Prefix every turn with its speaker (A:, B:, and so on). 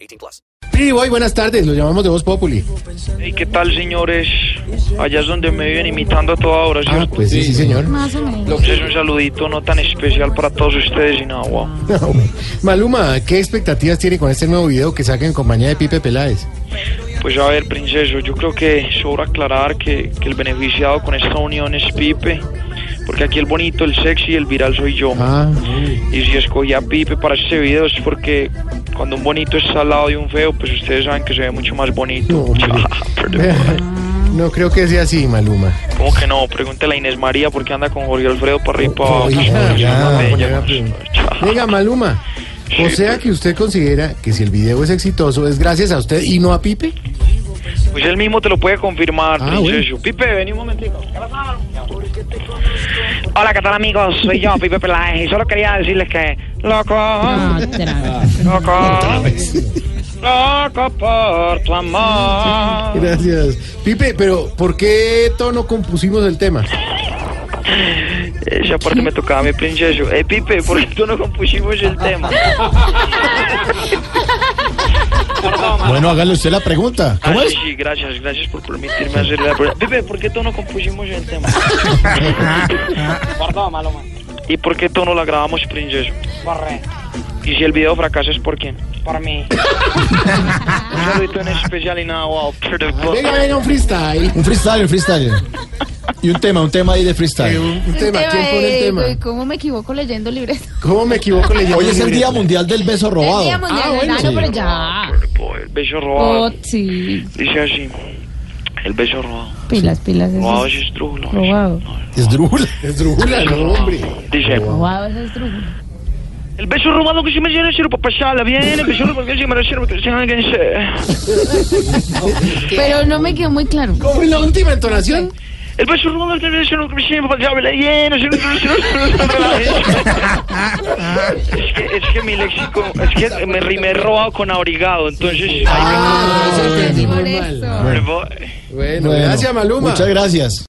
A: 18 plus.
B: Sí, voy, buenas tardes, lo llamamos de Voz Populi.
C: ¿Y qué tal, señores? Allá es donde me viven imitando a toda hora,
B: Ah,
C: ¿cierto?
B: pues sí, sí, señor.
D: Más o menos.
C: Entonces, un saludito no tan especial para todos ustedes y nada, wow.
B: No, Maluma, ¿qué expectativas tiene con este nuevo video que saca en compañía de Pipe Peláez?
C: Pues a ver, princeso, yo creo que sobra aclarar que, que el beneficiado con esta unión es Pipe, porque aquí el bonito, el sexy y el viral soy yo.
B: Ah,
C: Y si escogí a Pipe para este video es porque cuando un bonito está al lado de un feo, pues ustedes saben que se ve mucho más
B: No,
C: bonito.
B: hombre.
C: Perdón.
B: no creo que sea así, Maluma.
C: ¿Cómo que no? Pregúntale a Inés María por qué anda con Jorge Alfredo para arriba y para abajo.
B: Oiga,
C: Es
B: Ah, ya, voy
C: una
B: a
C: bella,
B: poner a
C: no
B: prim-
C: sé, chao.
B: Venga, Maluma, o
C: Sí,
B: sea
C: pues.
B: que usted considera que si el video es exitoso es gracias a usted y no a Pipe.
C: Pues él mismo te lo puede confirmar,
B: Ah,
C: princeso. Pipe, vení un momentico. Hola, ¿qué tal, amigos? Soy yo, Pipe Peláez. Y solo quería decirles que... Loco,
D: Ah.
C: loco, loco por tu amor.
B: Gracias. Pipe, pero ¿por qué tono compusimos el tema?
C: Esa parte me tocaba a mi princeso. Eh, Pipe, ¿por qué tú no compusimos el tema?
B: Bueno, hágale usted la pregunta.
C: Ah, sí, sí, gracias, gracias por permitirme hacer la pregunta. Pipe, ¿por qué tú no compusimos el tema?
B: Ah,
E: Guardó, malo, man.
C: ¿Y por qué tú no la grabamos, princeso?
E: Borré.
C: Y si el video fracasa es por quién?
E: Por mí.
C: Un saludito en especial y nada, wow.
B: Venga, venga, un freestyle. Un freestyle, un freestyle. Y un tema, un tema ahí de freestyle. Eh, Un, tema, ¿quién pone el tema?
D: eh, ¿Cómo me equivoco leyendo libreto?
B: ¿Cómo me equivoco leyendo
F: Hoy es el
B: libreto?
F: Día Mundial del Beso
D: El
F: Robado.
D: Día Mundial
B: Ah,
D: del
B: bueno,
D: Verano,
B: sí.
D: pero ya.
C: El beso
D: Oh,
C: robado.
D: sí.
C: Dice así. El beso robado.
D: Pilas, pilas. eso
C: Robado
D: es-
C: es estrújulo.
D: Robado.
F: Es drula.
B: Es drújula, no, hombre.
C: Dice.
D: Robado es el truco.
C: El beso robado que se me llena sirve para pasarla bien. El beso robado que se me llena sirve para que se hagan-
D: Pero no me quedó muy claro.
B: ¿Cómo es la última entonación?
C: El beso robado que me llena que sirve para pasarla bien. el beso robado que se me llena- Es que, es que mi léxico, es que me rimé robado con abrigado, entonces...
B: Ah,
D: sí,
B: bueno,
D: por
B: muy
D: eso.
B: mal.
C: Ay, me-
B: Bueno,
C: eh.
F: Bueno,
B: gracias, Maluma.
F: Muchas gracias.